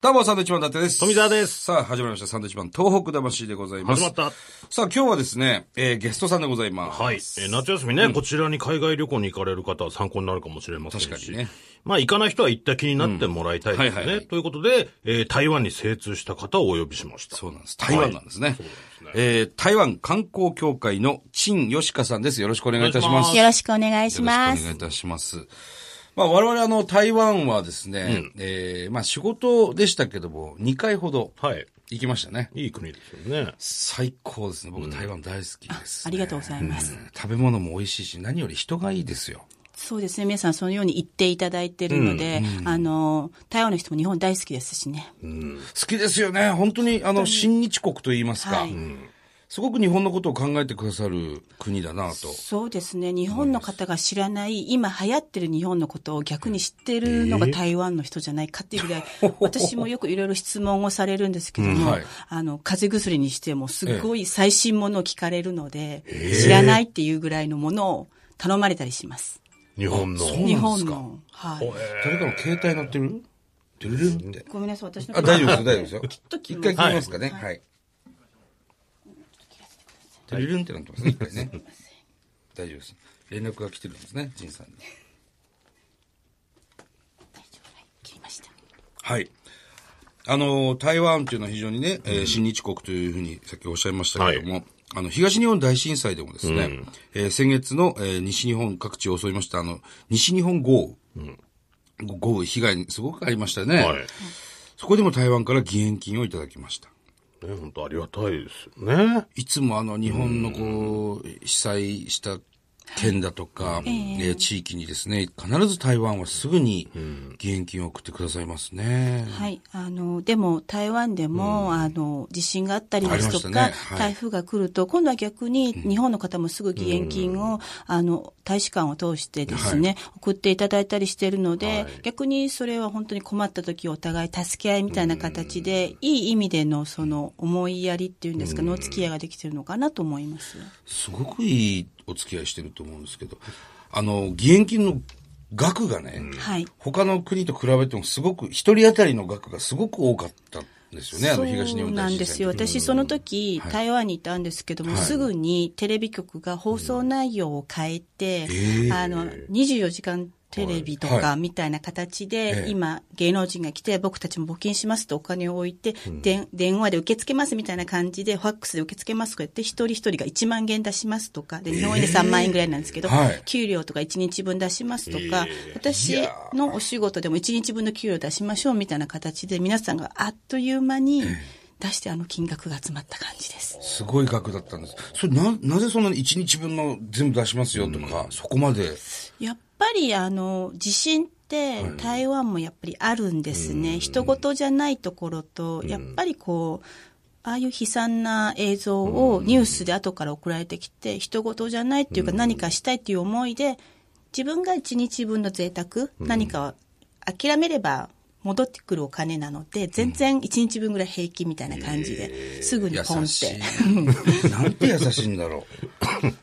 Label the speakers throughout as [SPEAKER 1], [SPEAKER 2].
[SPEAKER 1] どうも、サンドイッチマン伊達です。
[SPEAKER 2] 富澤です
[SPEAKER 1] さあ、始まりました。サンドイッチマン東北魂でございます。
[SPEAKER 2] 始まった。
[SPEAKER 1] さあ、今日はですね、えーゲストさんでございます。
[SPEAKER 2] はい。えー夏休みね、こちらに海外旅行に行かれる方は参考になるかもしれませんし。
[SPEAKER 1] 確かにね
[SPEAKER 2] まあ、行かない人は行った気になってもらいたいですね。
[SPEAKER 1] うんはいはいはい
[SPEAKER 2] ということで、えー台湾に精通した方をお呼びしました。
[SPEAKER 1] そうなんです。台湾なんですね。
[SPEAKER 2] そうなんですね
[SPEAKER 1] えー台湾観光協会の陳吉香さんです。よろしくお願いいたします。
[SPEAKER 2] お
[SPEAKER 1] よ
[SPEAKER 3] よろしくお願いし
[SPEAKER 1] ろしくお
[SPEAKER 3] ま
[SPEAKER 1] 願
[SPEAKER 3] す。
[SPEAKER 1] いいたします。まあ、我々あの、台湾はですね、えーまあ、仕事でしたけども、2回ほど
[SPEAKER 2] はい。
[SPEAKER 1] 行きましたね。
[SPEAKER 2] いい国ですよね。
[SPEAKER 1] 最高ですね。僕、台湾大好きです、
[SPEAKER 3] ありがとうございます。
[SPEAKER 1] うん食べ物も美味しいし、何より人がいいですよ。
[SPEAKER 3] そうですね、皆さんそのように言っていただいてるので、あの、台湾の人も日本大好きですしね。
[SPEAKER 1] 好きですよね。本当に、あの、新日国と言いますか、
[SPEAKER 3] はい
[SPEAKER 1] すごく日本のことを考えてくださる国だなと。
[SPEAKER 3] そうですね、日本の方が知らない、今流行ってる日本のことを逆に知ってるのが台湾の人じゃないかっていうぐらい、私もよくいろいろ質問をされるんですけど
[SPEAKER 1] うん
[SPEAKER 3] も、
[SPEAKER 1] はい
[SPEAKER 3] あの、風邪薬にしてもすごい最新ものを聞かれるので、知らないっていうぐらいのものを頼まれたりします。
[SPEAKER 2] 日本の。
[SPEAKER 1] そう
[SPEAKER 3] 日
[SPEAKER 1] なんで
[SPEAKER 3] 本
[SPEAKER 1] すか
[SPEAKER 3] の。はい。
[SPEAKER 1] 誰かの携帯鳴ってるてるるんって。
[SPEAKER 3] ごめんなさい、私の
[SPEAKER 1] あ、大丈夫ですよ、大丈夫ですよ。
[SPEAKER 3] と聞き
[SPEAKER 1] 一
[SPEAKER 3] ます
[SPEAKER 1] 回聞きますかね。はい。てるるんってなってますね、一回ね。大丈夫です。連絡が来てるんですね、ジンさんに。
[SPEAKER 3] 切りました。
[SPEAKER 1] はい。あの、台湾っていうのは非常にね、えー親日国というふうにさっきおっしゃいましたけども、あの、東日本大震災でもですね、えー先月の、えー西日本各地を襲いました、あの、西日本豪雨、豪雨被害にすごくありましたね、
[SPEAKER 2] はい。ね、
[SPEAKER 1] そこでも台湾から義援金をいただきました。
[SPEAKER 2] 本当ありがたいですよね。
[SPEAKER 1] いつもあの、日本のこう、被災した県だとか、えー地域にですね、必ず台湾はすぐに義援金を送ってくださいますね。
[SPEAKER 3] はい、あのでも台湾でも、あの地震があったりですとか、
[SPEAKER 1] ありましたねはい
[SPEAKER 3] 台風が来ると今度は逆に日本の方もすぐ義援金を、あの大使館を通してですね、送っていただいたりしているので、逆にそれは本当に困った時お互い助け合いみたいな形で、いい意味でのその思いやりっていうんですか、の付き合いができてるのかなと思います。
[SPEAKER 1] すごくいいお付き合いしてると思うんですけど、あの、義援金の額がね、
[SPEAKER 3] はい
[SPEAKER 1] 他の国と比べてもすごく、一人当たりの額がすごく多かったんですよね、あの東日
[SPEAKER 3] そう
[SPEAKER 1] 本
[SPEAKER 3] な
[SPEAKER 1] 大
[SPEAKER 3] んで
[SPEAKER 1] 震
[SPEAKER 3] す
[SPEAKER 1] 災
[SPEAKER 3] よ
[SPEAKER 1] の時
[SPEAKER 3] 私その時、
[SPEAKER 1] はい
[SPEAKER 3] 台湾にいたんですけども、
[SPEAKER 1] はい
[SPEAKER 3] すぐにテレビ局が放送内容を変えて、
[SPEAKER 1] ええ
[SPEAKER 3] あの24時間テレビと
[SPEAKER 1] はいは
[SPEAKER 3] かみたいな形で、
[SPEAKER 1] ええ
[SPEAKER 3] 今芸能人が来て僕たちも募金しますとお金を置いて、でん電話で受け付けますみたいな感じでファックスで受け付けますとか言って一人一人が1万円出しますとかで日本円で3万円ぐらいなんですけど、
[SPEAKER 1] はい
[SPEAKER 3] 給料とか1日分出しますとか、
[SPEAKER 2] ええ
[SPEAKER 3] 私のお仕事でも1日分の給料出しましょうみたいな形で皆さんがあっという間に出してあの金額が集まった感じです。
[SPEAKER 1] すごい額だったんです。それな、なぜそんなに1日分の全部出しますよとか、そこまで。
[SPEAKER 3] やっぱりあの地震って台湾もやっぱりあるんですね、人事じゃないところと、やっぱりこう、ああいう悲惨な映像をニュースで後から送られてきて、人事じゃないっていうか、何かしたいっていう思いで、自分が一日分の贅沢、何かを諦めれば戻ってくるお金なので、全然一日分ぐらい平気みたいな感じで、すぐにポンっ。
[SPEAKER 1] 優してい。 なんて優しいんだろう。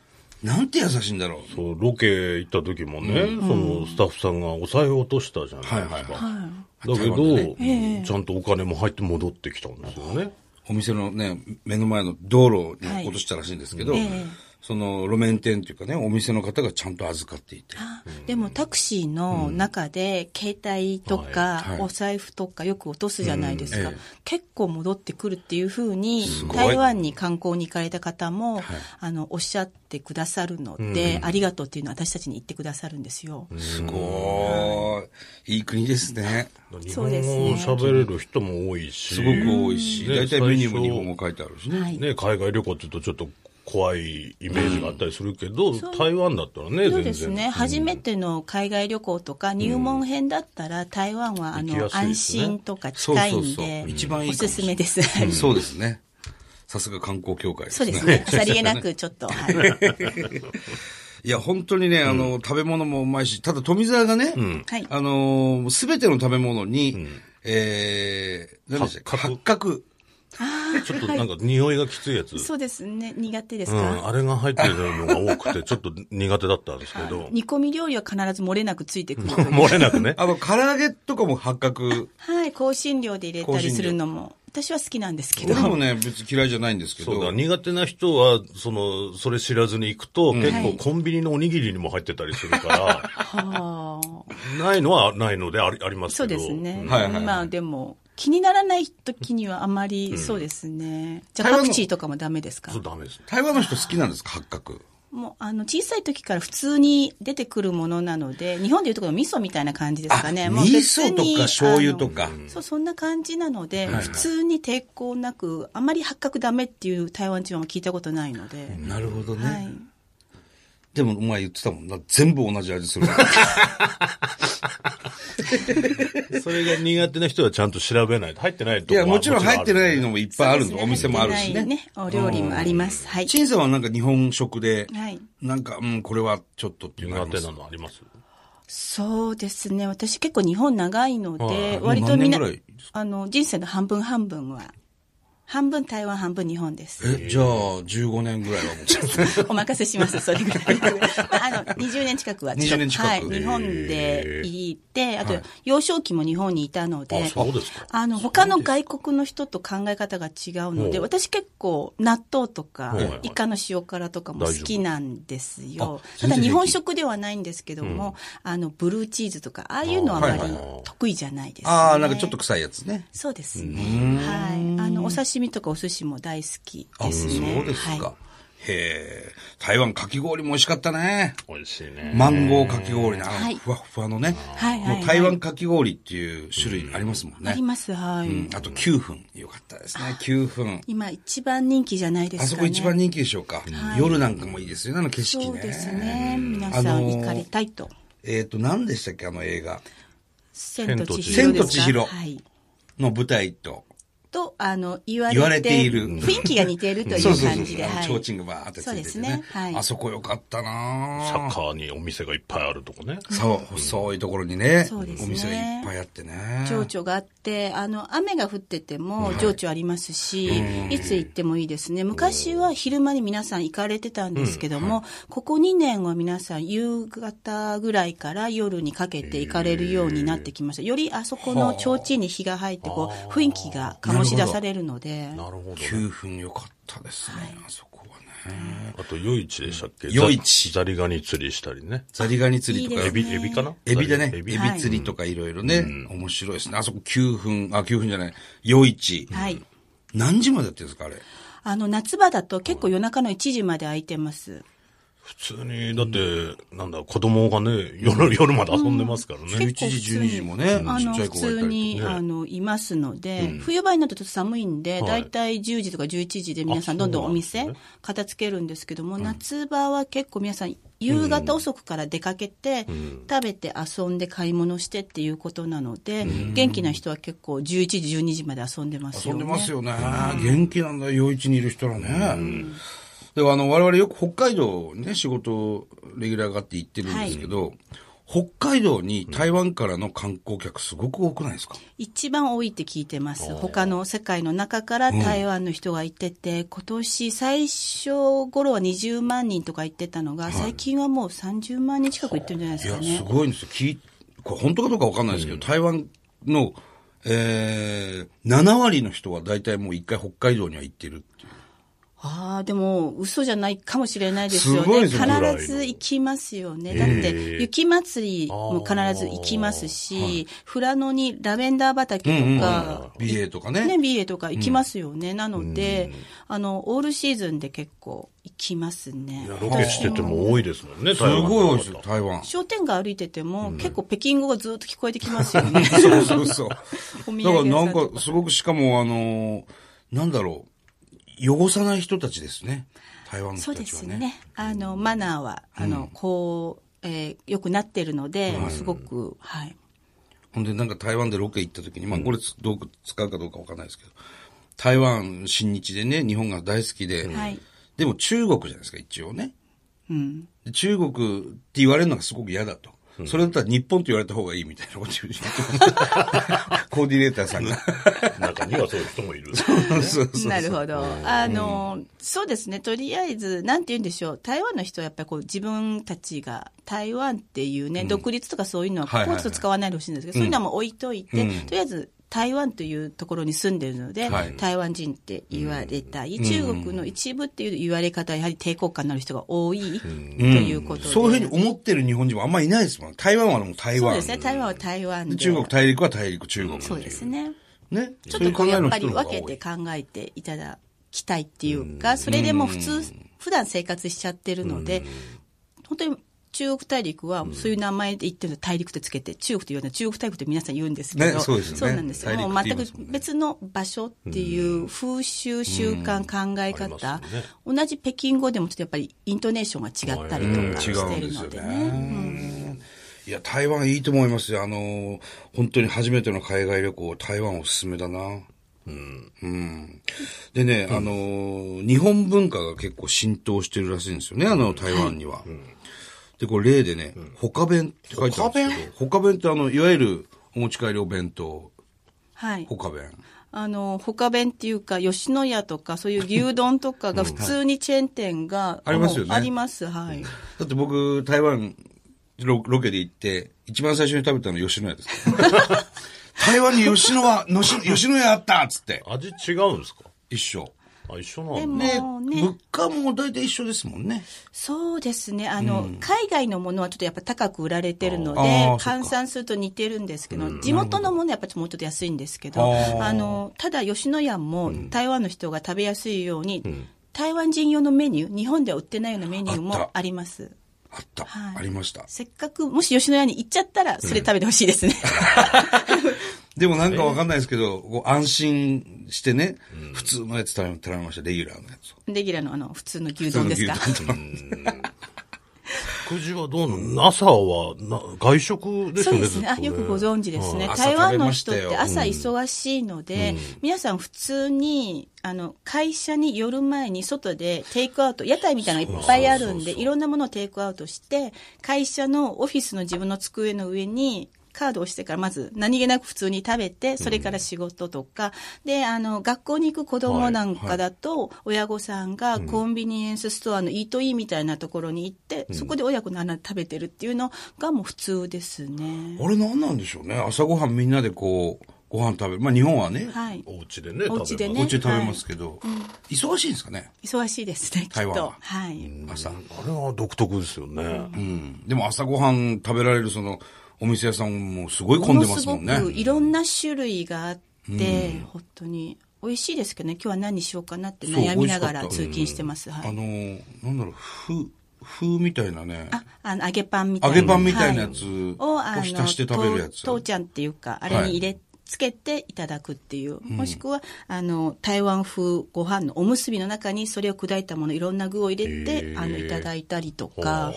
[SPEAKER 1] なんて優しいんだろう。
[SPEAKER 2] そう、ロケ行った時もね、そのスタッフさんがお財布落としたじゃないですか。
[SPEAKER 1] はいはいは
[SPEAKER 2] だ
[SPEAKER 1] 台
[SPEAKER 2] け
[SPEAKER 1] 湾
[SPEAKER 2] ど、
[SPEAKER 1] で
[SPEAKER 2] ちゃんとお金も入って戻ってきたんですよね。
[SPEAKER 1] お店のね、目の前の道路に落としたらしいんですけど、
[SPEAKER 3] はいええ
[SPEAKER 1] その路面店というかね、お店の方がちゃんと預かっていて。
[SPEAKER 3] あでもタクシーの中で携帯とか
[SPEAKER 1] はいはい
[SPEAKER 3] お財布とかよく落とすじゃないですか、
[SPEAKER 1] うんええ
[SPEAKER 3] 結構戻ってくるっていうふうに
[SPEAKER 1] ごい
[SPEAKER 3] 台湾に観光に行かれた方も、
[SPEAKER 1] い
[SPEAKER 3] あのおっしゃってくださるので、ありがとうっていうのは私たちに言ってくださるんですよ、
[SPEAKER 1] すごい。いい国ですね。
[SPEAKER 2] 日
[SPEAKER 3] そ
[SPEAKER 2] 本
[SPEAKER 3] うです
[SPEAKER 2] 語を
[SPEAKER 3] ね
[SPEAKER 2] 喋れる人も多いし。
[SPEAKER 1] すごく多いし、
[SPEAKER 2] ね
[SPEAKER 1] 大体メニューも日本語書いてあるしね。
[SPEAKER 3] はい
[SPEAKER 2] ね、海外旅行って言うとちょっと怖いイメージがあったりするけど、台湾だったらね、
[SPEAKER 3] そう
[SPEAKER 2] 全
[SPEAKER 3] です
[SPEAKER 2] 然。
[SPEAKER 3] ね、初めての海外旅行とか入門編だったら、台湾はあ
[SPEAKER 2] 行きや
[SPEAKER 3] の
[SPEAKER 2] すいですね
[SPEAKER 3] 安心とか
[SPEAKER 1] そう
[SPEAKER 3] 近い
[SPEAKER 1] そうんそう
[SPEAKER 3] で。、
[SPEAKER 1] 一番いい
[SPEAKER 3] お
[SPEAKER 1] かも
[SPEAKER 3] す
[SPEAKER 1] し
[SPEAKER 3] す
[SPEAKER 1] れな
[SPEAKER 3] め
[SPEAKER 1] い。
[SPEAKER 3] です。
[SPEAKER 1] そうですね。さすが観光協会です
[SPEAKER 3] そう
[SPEAKER 1] ね。
[SPEAKER 3] ですね、さりげなくちょっと、はい、
[SPEAKER 1] いや、本当にね、あの、食べ物もうまいし、ただ富澤がね、
[SPEAKER 3] はい
[SPEAKER 1] あのー、すべての食べ物に、えー、何でしたっけ
[SPEAKER 2] 八角
[SPEAKER 1] 八角。
[SPEAKER 3] あ
[SPEAKER 2] ちょっとなんか匂いがきついやつ。
[SPEAKER 3] そうですね。苦手です
[SPEAKER 2] う
[SPEAKER 3] か、
[SPEAKER 2] ん、あれが入ってるのが多く て、ちょっと苦手だったんですけど、
[SPEAKER 3] 煮込み料理は必ず漏れなくついてく るという。
[SPEAKER 2] 漏れなくね。
[SPEAKER 1] あの、唐揚げとかも八角。
[SPEAKER 3] はい、香辛料で入れたりするのも、私は好きなんですけど
[SPEAKER 1] 俺。もね、別に嫌いじゃないんですけ
[SPEAKER 2] そうだ、
[SPEAKER 1] ど。
[SPEAKER 2] 苦手な人は、その、それ知らずに行くと、結
[SPEAKER 3] はい
[SPEAKER 2] 構コンビニのおにぎりにも入ってたりする から、
[SPEAKER 3] はあ
[SPEAKER 2] ないのはないのでありあります
[SPEAKER 3] そう
[SPEAKER 2] け
[SPEAKER 3] で
[SPEAKER 2] ど。
[SPEAKER 3] すね。
[SPEAKER 2] ん
[SPEAKER 1] はいはいはい
[SPEAKER 3] まあでも、気にならない時にはあまり、そうですね。じゃあ
[SPEAKER 1] 台
[SPEAKER 3] パ
[SPEAKER 1] 湾の
[SPEAKER 3] クチーとかもダメですか
[SPEAKER 2] そう、ダメですね。
[SPEAKER 1] 台湾の人好きなんですか八角。
[SPEAKER 3] もう、あの、小さい時から普通に出てくるものなので、日本でいうところの味噌みたいな感じですかね。
[SPEAKER 1] あ
[SPEAKER 3] もう
[SPEAKER 1] 味
[SPEAKER 3] 別に
[SPEAKER 1] 噌とか醤油とか
[SPEAKER 3] あのそう、そんな感じなので、普通に抵抗なく、あまり八角ダメっていう台湾人は聞いたことないので。
[SPEAKER 1] なるほど
[SPEAKER 3] はい。
[SPEAKER 1] でも、お前言ってたもんな。全部同じ味す る。
[SPEAKER 2] それが苦手な人はちゃんと調べないと。入ってないと
[SPEAKER 1] い
[SPEAKER 2] こ
[SPEAKER 1] や、もちろん入ってない
[SPEAKER 2] い。
[SPEAKER 1] のもいっぱいある
[SPEAKER 3] そ
[SPEAKER 1] の。
[SPEAKER 3] うですね
[SPEAKER 1] お店もあるし
[SPEAKER 3] 入ってない
[SPEAKER 1] ね。
[SPEAKER 3] ね。お料理もあります。はい。
[SPEAKER 1] 陳さんはなんか日本食で、
[SPEAKER 3] はい。
[SPEAKER 1] なんか、うん、これはちょっとっていうのあ
[SPEAKER 2] 苦
[SPEAKER 1] りま
[SPEAKER 2] 手
[SPEAKER 1] す
[SPEAKER 2] なのあります
[SPEAKER 3] そうですね。私結構日本長いの
[SPEAKER 2] は
[SPEAKER 3] で
[SPEAKER 2] い、
[SPEAKER 3] 割とみんな
[SPEAKER 1] もう何年ぐらいで、
[SPEAKER 3] あの、人生の半分半分は、半分台湾、半分日本です。
[SPEAKER 1] え、じゃあ、15年ぐらい はもう。
[SPEAKER 3] お任せします、それぐら い。まああの、20年近くはちょっと
[SPEAKER 1] 20年近く
[SPEAKER 3] はい、
[SPEAKER 1] へー
[SPEAKER 3] 日本でいて、あと、幼少期も日本にいたので、
[SPEAKER 2] あそうですか
[SPEAKER 3] あの、他の外国の人と考え方が違うの
[SPEAKER 2] ほ
[SPEAKER 3] で、
[SPEAKER 2] う
[SPEAKER 3] 私結構、納豆とか
[SPEAKER 2] はいはい、
[SPEAKER 3] イカの塩辛とかも好きなんですよ。
[SPEAKER 1] あ
[SPEAKER 3] た
[SPEAKER 1] 全然平
[SPEAKER 3] だ
[SPEAKER 1] 気
[SPEAKER 3] 日本食ではないんですけども、あの、ブルーチーズとか、ああいうのはあ
[SPEAKER 1] あー
[SPEAKER 3] ま
[SPEAKER 1] はい
[SPEAKER 3] り
[SPEAKER 1] はいはい
[SPEAKER 3] 得意じゃないですね。
[SPEAKER 1] ああ、なんかちょっと臭いやつね。
[SPEAKER 3] そうですね。はい。あの、お刺身とかお寿司も大好きですね。
[SPEAKER 1] そうですか。
[SPEAKER 3] はい
[SPEAKER 1] へえ。台湾かき氷も美味しかったね。
[SPEAKER 2] 美味しいね。
[SPEAKER 1] マンゴーかき氷ね。あ
[SPEAKER 3] は
[SPEAKER 1] の
[SPEAKER 3] い
[SPEAKER 1] ふわっふわのね。
[SPEAKER 3] はいはいはい
[SPEAKER 1] もう台湾かき氷っていう種類ありますもん
[SPEAKER 3] あ
[SPEAKER 1] ね
[SPEAKER 3] り。ます、はい。
[SPEAKER 1] うんあと9分。よかったですね。9分。
[SPEAKER 3] 今一番人気じゃないですか
[SPEAKER 1] あ
[SPEAKER 3] ね。
[SPEAKER 1] そこ一番人気でしょうか。夜なんかもいいですよね、あの景色ね。
[SPEAKER 3] そうですね。皆さ
[SPEAKER 1] あ
[SPEAKER 3] ん
[SPEAKER 1] のー
[SPEAKER 3] 行かれたいと。
[SPEAKER 1] えっ、と、何でしたっけ、あの映画
[SPEAKER 3] 千と千
[SPEAKER 1] 千
[SPEAKER 3] 尋です
[SPEAKER 1] と
[SPEAKER 3] か。
[SPEAKER 1] 千尋
[SPEAKER 3] はい。
[SPEAKER 1] の舞台と。
[SPEAKER 3] と、あの、言われて
[SPEAKER 1] 言われている
[SPEAKER 3] 雰囲気が似ているとい う
[SPEAKER 1] そうそうそ
[SPEAKER 3] 感
[SPEAKER 1] うそ
[SPEAKER 3] じ
[SPEAKER 1] う。
[SPEAKER 3] で。
[SPEAKER 1] あの、
[SPEAKER 3] はい
[SPEAKER 1] ちょうちんがバーってついてて
[SPEAKER 3] そう
[SPEAKER 1] ね
[SPEAKER 3] ですね。はい
[SPEAKER 1] あそこよかったな
[SPEAKER 2] サッカーにお店がいっぱいあるとこね。
[SPEAKER 1] そう、細いところにね、
[SPEAKER 3] そうですね
[SPEAKER 1] お店がいっぱいあってね。
[SPEAKER 3] 情緒があって、あの、雨が降ってても情緒ありますし、い、つ行ってもいいですね。昔は昼間に皆さん行かれてたんですけども、ここ2年は皆さん夕方ぐらいから夜にかけて行かれるようになってきました。よりあそこの提灯に火が入って、こう、雰囲気が醸し出されるので。
[SPEAKER 2] なるほど、ね。
[SPEAKER 1] 9分よかったですね、あそこはね。
[SPEAKER 2] あと、夜市でしたっけ
[SPEAKER 1] 夜市
[SPEAKER 2] ザザリガニ釣りしたりね。
[SPEAKER 1] ザリガニ釣りとか、
[SPEAKER 3] いい
[SPEAKER 2] エ
[SPEAKER 3] ですね
[SPEAKER 2] ビ、エビかな
[SPEAKER 1] エビだね。エ
[SPEAKER 2] エ
[SPEAKER 1] ビ
[SPEAKER 2] ビ。
[SPEAKER 3] はい
[SPEAKER 1] 釣りとかいろいろね、面白いですね。あそこ9分、あ、9分じゃない、夜市。
[SPEAKER 3] はい。
[SPEAKER 1] 何時までやってるんですか、あれ。
[SPEAKER 3] あの、夏場だと結構夜中の1時まで空いてます。
[SPEAKER 2] 普通に、だって、なんだ、子供がね、夜、夜まで遊んでますからね。
[SPEAKER 1] 11時、12時もね、ちっち
[SPEAKER 3] あの、
[SPEAKER 1] ゃい子
[SPEAKER 3] 普
[SPEAKER 1] がい
[SPEAKER 3] 通
[SPEAKER 1] たり
[SPEAKER 3] に、
[SPEAKER 1] とかね。
[SPEAKER 3] あの、いますので、冬場になるとちょっと寒いんで、
[SPEAKER 2] はい
[SPEAKER 3] だいたい10時とか11時で皆さん
[SPEAKER 2] あ
[SPEAKER 3] どんどんお
[SPEAKER 2] そう
[SPEAKER 3] 店
[SPEAKER 2] なんです
[SPEAKER 3] 片付けるんですけども、夏場は結構皆さん夕方遅くから出かけて、食べて遊んで買い物してっていうことなので、元気な人は結構11時、12時まで遊んでます
[SPEAKER 1] 遊
[SPEAKER 3] よ
[SPEAKER 1] ん
[SPEAKER 3] ね。
[SPEAKER 1] でますよね。元気なんだよ、夜市にいる人らね。でもあの、我々よく北海道にね、仕事、レギュラーがあって行ってるんですけど、北海道に台湾からの観光客すごく多くないですか
[SPEAKER 3] 一番多いって聞いてます。他の世界の中から台湾の人が行ってて、今年最初頃は20万人とか行ってたのが、最近はもう30万人近く行ってるんじゃないで
[SPEAKER 1] い
[SPEAKER 3] す
[SPEAKER 1] や、
[SPEAKER 3] かね。
[SPEAKER 1] すごいんですよ。聞いこれ本当かどうかわかんないですけど、台湾の、えー、7割の人は大体もう一回北海道には行ってるっていう。
[SPEAKER 3] ああ、でも、嘘じゃないかもしれないですよ
[SPEAKER 1] すごいで
[SPEAKER 3] ね。
[SPEAKER 1] すね
[SPEAKER 3] 必ず行きますよね。だって、雪祭りも必ず行きますし、富良野にラベンダー畑とか、
[SPEAKER 1] 美瑛とかね。
[SPEAKER 3] ね、ビーエとか行きますよね。なので、あの、オールシーズンで結構行きますね。
[SPEAKER 2] ロケしてても多いですもんね、
[SPEAKER 1] すごい多いです
[SPEAKER 2] 台
[SPEAKER 1] よ、台
[SPEAKER 2] 湾
[SPEAKER 1] 湾。
[SPEAKER 3] 商店街歩いてても、結構北京語がずっと聞こえてきます よね。
[SPEAKER 1] そうそうそう。
[SPEAKER 3] お土
[SPEAKER 1] だから
[SPEAKER 3] 産
[SPEAKER 1] な
[SPEAKER 3] 屋さんと
[SPEAKER 1] んか、すごくしかも、あのーなんだろう、汚さない人たちですね。台湾の
[SPEAKER 3] そ
[SPEAKER 1] 人
[SPEAKER 3] う
[SPEAKER 1] た
[SPEAKER 3] で
[SPEAKER 1] ちは
[SPEAKER 3] す
[SPEAKER 1] ね。
[SPEAKER 3] ね。あの、マナーは、あの、こう、えー、よくなってるので、すごく、はい。
[SPEAKER 1] ほんで、なんか台湾でロケ行った時に、まあ、これつ、どう使うかどうかわかんないですけど、台湾、新日でね、日本が大好きで、
[SPEAKER 3] はい
[SPEAKER 1] でも中国じゃないですか、一応ね。
[SPEAKER 3] うん。
[SPEAKER 1] で中国って言われるのがすごく嫌だと。それだったら日本と言われた方がいいみたいなこと言う コーディネーターさんが。
[SPEAKER 2] 中にはそういう人も いる。
[SPEAKER 1] そうそうそう
[SPEAKER 3] なるほど。あの、そうですね。とりあえず、なんて言うんでしょう。台湾の人はやっぱりこう自分たちが台湾っていうね、独立とかそういうのは、
[SPEAKER 1] はいはい
[SPEAKER 3] こ
[SPEAKER 1] は
[SPEAKER 3] う
[SPEAKER 1] い
[SPEAKER 3] ちょっと使わないでほしいんですけど、そういうのはもう置いといて、とりあえず、台湾というところに住んでるので、
[SPEAKER 1] はい
[SPEAKER 3] 台湾人って言われたり、中国の一部っていう言われ方はやはり抵抗感のある人が多いということで。
[SPEAKER 1] そういうふうに思ってる日本人もあんまりいないですもん。台湾はもう台
[SPEAKER 3] そう
[SPEAKER 1] 湾。
[SPEAKER 3] ですね。台湾は台湾で。
[SPEAKER 1] 中国大陸は大陸、中国っていう。
[SPEAKER 3] そうですね。
[SPEAKER 1] ね。
[SPEAKER 3] ち
[SPEAKER 1] そ
[SPEAKER 3] ょ
[SPEAKER 1] うい
[SPEAKER 3] っ
[SPEAKER 1] う
[SPEAKER 3] と
[SPEAKER 1] 考え
[SPEAKER 3] やっ
[SPEAKER 1] の
[SPEAKER 3] ぱり
[SPEAKER 1] 人の方が
[SPEAKER 3] 分
[SPEAKER 1] 多い
[SPEAKER 3] けて考えていただきたいっていうか、それでもう普通、普段生活しちゃってるので、本当に中国大陸はそういう名前で言ってるの大陸ってつけて、中国って言わない、中国大陸って皆さん言うんですけど、
[SPEAKER 1] ねそうですよね
[SPEAKER 3] なんですよ。
[SPEAKER 1] 大陸
[SPEAKER 3] も
[SPEAKER 1] っ
[SPEAKER 3] う
[SPEAKER 1] て言いま
[SPEAKER 3] 全く
[SPEAKER 1] すもんね
[SPEAKER 3] 別の場所っていう風習、習慣、考え
[SPEAKER 2] ありますよ
[SPEAKER 3] 方、
[SPEAKER 2] ね
[SPEAKER 3] 同じ北京語でもちょっとやっぱりイントネーションが違ったりと
[SPEAKER 1] うん
[SPEAKER 3] か
[SPEAKER 1] 違
[SPEAKER 3] して
[SPEAKER 1] うんで
[SPEAKER 3] る
[SPEAKER 1] す
[SPEAKER 3] の
[SPEAKER 1] よ
[SPEAKER 3] で
[SPEAKER 1] ね。
[SPEAKER 3] ね。
[SPEAKER 1] いや、台湾いいと思いますよ。あのー、本当に初めての海外旅行、台湾おすすめだな。うん。でね、あのー、日本文化が結構浸透してるらしいんですよね、あの、台湾には。で、これ例でね、他弁って書いてあるんですけど、他弁ってあの、いわゆるお持ち帰りお弁当、
[SPEAKER 3] はい。
[SPEAKER 1] 他弁。
[SPEAKER 3] あの、他弁っていうか、吉野家とか、そういう牛丼とかが普通にチェーン店が、
[SPEAKER 1] ありますよね
[SPEAKER 3] あります、はい。
[SPEAKER 1] だって僕、台湾ロロケで行って、一番最初に食べたの吉野 家です。台湾に吉野家、のし吉野家あったっつって。
[SPEAKER 2] 味違うんですか
[SPEAKER 1] 一緒。
[SPEAKER 2] あ、一緒なんだ。
[SPEAKER 1] で、
[SPEAKER 3] もうね
[SPEAKER 1] 物価も大体一緒ですもんね。
[SPEAKER 3] そうですね。あの、海外のものはちょっとやっぱ高く売られてるの
[SPEAKER 1] あーそっ
[SPEAKER 3] で、
[SPEAKER 1] か
[SPEAKER 3] 換算すると似てるんですけど、地元のものはやっぱりもうちょっと安いんですけど、
[SPEAKER 1] あー
[SPEAKER 3] あの、ただ吉野家も台湾の人が食べやすいように、台湾人用のメニュー、日本では売ってないようなメニュー
[SPEAKER 1] あっ
[SPEAKER 3] も
[SPEAKER 1] た
[SPEAKER 3] あります。
[SPEAKER 1] あった。
[SPEAKER 3] はい
[SPEAKER 1] ありました。
[SPEAKER 3] せっかく、もし吉野家に行っちゃったら、それ食べてほしい ですね。
[SPEAKER 1] でもなんかわかんないですけど、こう安心してね、普通のやつ食べ食べました。レギュラーのやつを。
[SPEAKER 3] レギュラーのあの、普通の牛丼ですか。
[SPEAKER 1] 普通の牛丼と
[SPEAKER 2] 食事はどうなの朝はな外食です
[SPEAKER 3] そ
[SPEAKER 2] よね。
[SPEAKER 3] うですね。あ、よくご
[SPEAKER 2] 存
[SPEAKER 3] 存知ですね
[SPEAKER 1] う。ん
[SPEAKER 3] 台湾の人っ
[SPEAKER 1] 朝食べ
[SPEAKER 3] て
[SPEAKER 1] まし
[SPEAKER 3] 朝忙しいので、皆さん普通に、あの、会社に寄る前に外でテイクアウト、屋台みたいなのがいっぱいあるんで、いろんなものをテイクアウトして、会社のオフィスの自分の机の上に、カードをしてからまず何気なく普通に食べて、それから仕事とか、で、あの、学校に行く子供なんかだと、親御さんがコンビニエンスストアのイートインみたいなところに行って、そこで親子の穴食べてるっていうのがもう普通ですね。
[SPEAKER 1] あれなんなんでしょうね。朝ごはんみんなでこう、ご飯食べる。まあ日本はね、
[SPEAKER 3] はい。
[SPEAKER 2] お家でね、
[SPEAKER 3] お家で
[SPEAKER 1] お
[SPEAKER 2] 食べま
[SPEAKER 3] ね
[SPEAKER 1] 家で食べますけど、忙しいんですかね、
[SPEAKER 3] 忙しいですね、き
[SPEAKER 1] 台
[SPEAKER 3] っ
[SPEAKER 1] 湾は
[SPEAKER 3] と。はい。
[SPEAKER 1] 朝。
[SPEAKER 2] す。あれは独特ですよね。
[SPEAKER 1] うん。でも朝ごはん食べられるその、お店屋さんもすごい混んでますもんね。
[SPEAKER 3] のすごくいろんな種類があって、本当に美味しいですけどね、今日は何しようかなって
[SPEAKER 1] そう
[SPEAKER 3] 悩みながら
[SPEAKER 1] 美味しかった
[SPEAKER 3] 通勤してます。は
[SPEAKER 1] あ
[SPEAKER 3] い。
[SPEAKER 1] のー、なんだろう、風、風みたいなね。
[SPEAKER 3] あ、あの、揚げパンみたい
[SPEAKER 1] 揚
[SPEAKER 3] な。
[SPEAKER 1] げパンみたいなや
[SPEAKER 3] は
[SPEAKER 1] つ
[SPEAKER 3] を、
[SPEAKER 1] を
[SPEAKER 3] あの、
[SPEAKER 1] 浸して食べるやつ。
[SPEAKER 3] とうちゃんっていうか、あれに入れ、つけていただくっていう。もしくは、あの、台湾風ご飯のおむすびの中にそれを砕いたもの、いろんな具を入れて、あの、いただいたりとか、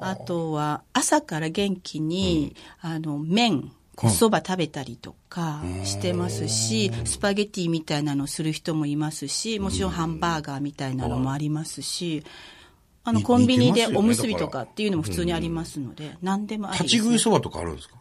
[SPEAKER 3] あとは、朝から元気に、あの、麺、こそば食べたりとかしてますし、スパゲティみたいなのをする人もいますし、もちろんハンバーガーみたいなのもありますし、あの、
[SPEAKER 1] に
[SPEAKER 3] コンビニ
[SPEAKER 1] 似て
[SPEAKER 3] で
[SPEAKER 1] ますよね
[SPEAKER 3] おむすびと
[SPEAKER 1] だ
[SPEAKER 3] か
[SPEAKER 1] から
[SPEAKER 3] っていうのも普通にありますので、何でもあ
[SPEAKER 1] 立
[SPEAKER 3] りです
[SPEAKER 1] ち
[SPEAKER 3] ね
[SPEAKER 1] 食いそばとかあるんですか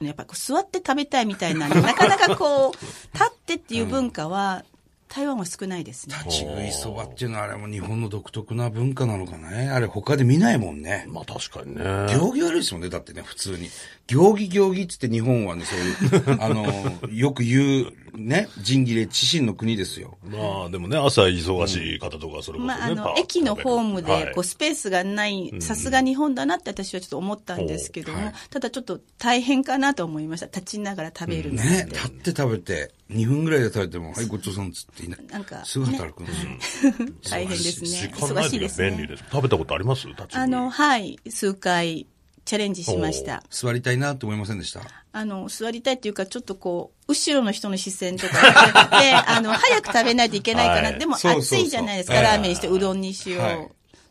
[SPEAKER 3] やっぱこう座って食べたいみたいな、なかなかこう、立ってっていう文化は、台湾は少ないですね。
[SPEAKER 1] 立ち食いそばっていうのはあれも日本の独特な文化なのかね。あれ他で見ないもんね。
[SPEAKER 2] まあ確かにね。
[SPEAKER 1] 行儀悪いですもんね、だってね、普通に。行儀行儀っつって日本はね、そういう、 あの、よく言う、ね、人儀礼、知心の国ですよ。
[SPEAKER 2] まあでもね、朝忙しい方とか、それこそね、
[SPEAKER 3] まあ、
[SPEAKER 2] パ
[SPEAKER 3] あ
[SPEAKER 2] ーッ
[SPEAKER 3] の、
[SPEAKER 2] と
[SPEAKER 3] 駅のホーム
[SPEAKER 2] は
[SPEAKER 3] で
[SPEAKER 2] い、
[SPEAKER 3] こう、スペースがない、さすが日本だなって私はちょっと思ったんですけども、ただちょっと大変かなと思いました。立ちながら食べるの。
[SPEAKER 1] ね、立って食べて、2分ぐらいで食べても、はい、ごちそうさんっつっていない。
[SPEAKER 3] なんか
[SPEAKER 1] すぐ働くんですよ。
[SPEAKER 3] 大変ですね。
[SPEAKER 2] 時間な
[SPEAKER 3] 忙
[SPEAKER 2] い
[SPEAKER 3] し
[SPEAKER 2] 時
[SPEAKER 3] いで
[SPEAKER 2] が
[SPEAKER 3] す
[SPEAKER 2] 便利
[SPEAKER 3] ね。
[SPEAKER 2] です。食べたことあります立ち食い。
[SPEAKER 3] あの、はい、数回チャレンジしました。
[SPEAKER 1] 座りたいなって思いませんでした
[SPEAKER 3] あの、座りたいっていうか、ちょっとこう、後ろの人の視線とかで、であの、早く食べないといけないかな。
[SPEAKER 2] はい
[SPEAKER 3] でも、
[SPEAKER 1] そうそうそう
[SPEAKER 3] 暑いじゃないですか、
[SPEAKER 1] はい
[SPEAKER 3] ラーメンにして、うどんにしよう。
[SPEAKER 1] はい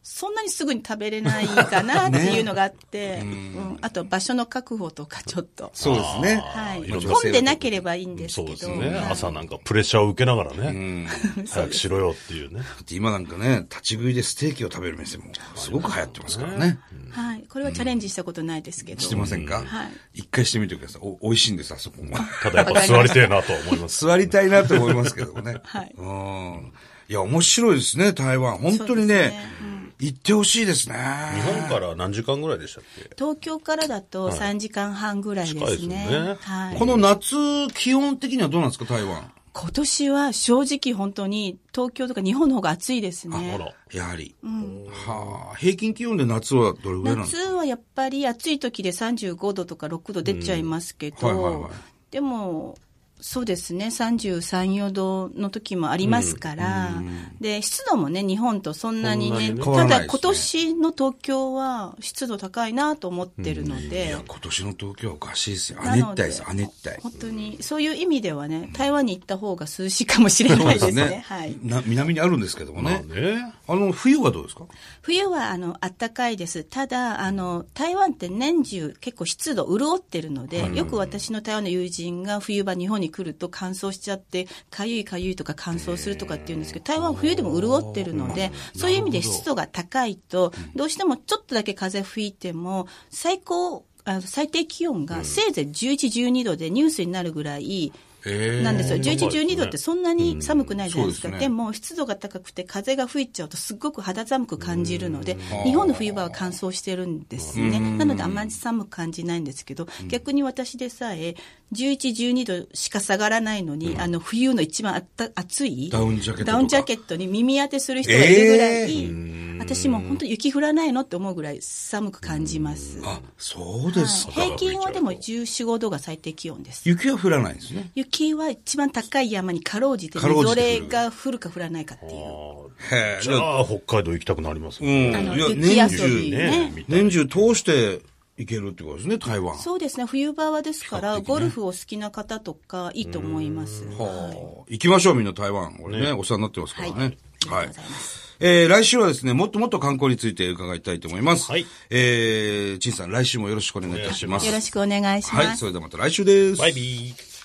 [SPEAKER 3] そんなにすぐに食べれないかなっていうのがあって、うん、あと場所の確保とかちょっと。
[SPEAKER 1] そうですね。
[SPEAKER 3] はい。
[SPEAKER 2] いろいろ
[SPEAKER 3] 混んでなければいいんです
[SPEAKER 2] そう
[SPEAKER 3] け
[SPEAKER 2] で
[SPEAKER 3] ど。
[SPEAKER 2] すね。
[SPEAKER 3] はい
[SPEAKER 2] 朝なんかプレッシャーを受けながらね、
[SPEAKER 3] そう
[SPEAKER 2] 早
[SPEAKER 3] で
[SPEAKER 2] く
[SPEAKER 3] す
[SPEAKER 2] しろよっていうね。
[SPEAKER 1] だって今なんかね、立ち食いでステーキを食べる店もすごく流行ってますからね。
[SPEAKER 3] はい。これはチャレンジしたことないですけど。
[SPEAKER 1] してませんか
[SPEAKER 3] はい
[SPEAKER 1] 一回してみてください。お、美味しいんです、あそこも。
[SPEAKER 2] ただやっぱ座りてえなとは思います。
[SPEAKER 1] 座りたいなと思いますけども ね。
[SPEAKER 3] はい
[SPEAKER 1] うん。いや、面白いですね、台湾。本当に
[SPEAKER 3] そう
[SPEAKER 1] ね
[SPEAKER 3] ですね、
[SPEAKER 1] 行ってほしいですね。
[SPEAKER 2] 日本から何時間ぐらいでしたっけ
[SPEAKER 3] 東京からだと3時間半ぐらいで
[SPEAKER 2] 近いですす
[SPEAKER 3] ね。
[SPEAKER 2] ね
[SPEAKER 3] はい。
[SPEAKER 1] この夏、気温的にはどうなんですか、台湾。
[SPEAKER 3] 今年は正直本当に東京とか日本の方が暑いです
[SPEAKER 2] あ
[SPEAKER 3] ね。
[SPEAKER 2] ら。
[SPEAKER 1] やはり。はあ、平均気温で夏はどれぐらいなんです
[SPEAKER 3] 夏
[SPEAKER 1] か
[SPEAKER 3] はやっぱり暑い時で35度とか6度出ちゃいますけど、
[SPEAKER 1] うんはいはいはい
[SPEAKER 3] でも、そうですね、33、4度の時もありますから、で、湿度もね、日本とそんなにね、
[SPEAKER 2] そんなにね
[SPEAKER 1] 変わら
[SPEAKER 3] た
[SPEAKER 1] ないですね
[SPEAKER 3] だ今年の東京は湿度高いなと思ってるの
[SPEAKER 1] い
[SPEAKER 3] で、
[SPEAKER 1] や、今年の東京はおかしいですよ。亜
[SPEAKER 3] な
[SPEAKER 1] 熱
[SPEAKER 3] の
[SPEAKER 1] 帯
[SPEAKER 3] で
[SPEAKER 1] です、亜熱帯。
[SPEAKER 3] 本当に、そういう意味ではね、台湾に行った方が涼しいかもしれないですね。はい。
[SPEAKER 1] な南にあるんですけども
[SPEAKER 2] まあ
[SPEAKER 1] ね。
[SPEAKER 2] ね。
[SPEAKER 1] あの、冬はどうですか
[SPEAKER 3] 冬は、あの、暖かいです。ただ、あの、台湾って年中結構湿度潤ってるので、よく私の台湾の友人が冬場日本に来ると乾燥しちゃって、かゆいかゆいとか乾燥するとかって言うんですけど、台湾は冬でも潤ってるので、そういう意味で湿度が高いと、どうしてもちょっとだけ風吹いても、最高、あの最低気温がせいぜい11、12度でニュースになるぐらい、
[SPEAKER 1] え
[SPEAKER 3] なんですよ。11、12度ってそんなに寒くないじゃないですか。
[SPEAKER 1] うんそうで
[SPEAKER 3] で
[SPEAKER 1] ね
[SPEAKER 3] すも、湿度が高くて風が吹いちゃうとすっごく肌寒く感じるので、日本の冬場は乾燥してるんですね。なのであまり寒く感じないんですけど、逆に私でさえ、11、12度しか下がらないのに、あの、冬の一番あった暑い
[SPEAKER 1] ダウンジャケットとか
[SPEAKER 3] ダウンジャケットに耳当てする人がいるぐら
[SPEAKER 1] え
[SPEAKER 3] い、私も本当雪降らないのって思うぐらい寒く感じます。
[SPEAKER 1] あ、そうです
[SPEAKER 3] はい
[SPEAKER 1] か。
[SPEAKER 3] 平均はでも14、5度が最低気温です。
[SPEAKER 1] 雪は降らないんですね。
[SPEAKER 3] 雪は一番高い山にかろうじて、
[SPEAKER 1] かろ
[SPEAKER 3] み
[SPEAKER 1] うじ
[SPEAKER 3] ぞ
[SPEAKER 1] て
[SPEAKER 3] れ
[SPEAKER 1] くる
[SPEAKER 3] が降るか降らないかっていう。
[SPEAKER 1] へえ。
[SPEAKER 2] じゃあ、北海道行きたくなります
[SPEAKER 1] うん。
[SPEAKER 2] ね。
[SPEAKER 3] あの
[SPEAKER 1] いや、
[SPEAKER 3] 雪
[SPEAKER 1] 年
[SPEAKER 3] 遊び
[SPEAKER 1] 中
[SPEAKER 3] ね
[SPEAKER 1] ね。年中通して行けるってことですね、台湾。
[SPEAKER 3] そうですね、冬場はですから、ゴルフお好きな方とか、いいと思います。はい
[SPEAKER 1] はあ行きましょう、みんな台湾。これね、お世話になってますから
[SPEAKER 3] はいあ
[SPEAKER 1] ね
[SPEAKER 3] り。が
[SPEAKER 1] はい
[SPEAKER 3] とうございます。
[SPEAKER 1] えー、来週はですね、もっともっと観光について伺いたいと思います。
[SPEAKER 2] はい
[SPEAKER 1] えー、陳さん、来週もよろしくお願いいたします。
[SPEAKER 3] よろしくお願いします。
[SPEAKER 1] はい、それではまた来週です。
[SPEAKER 2] バイビー。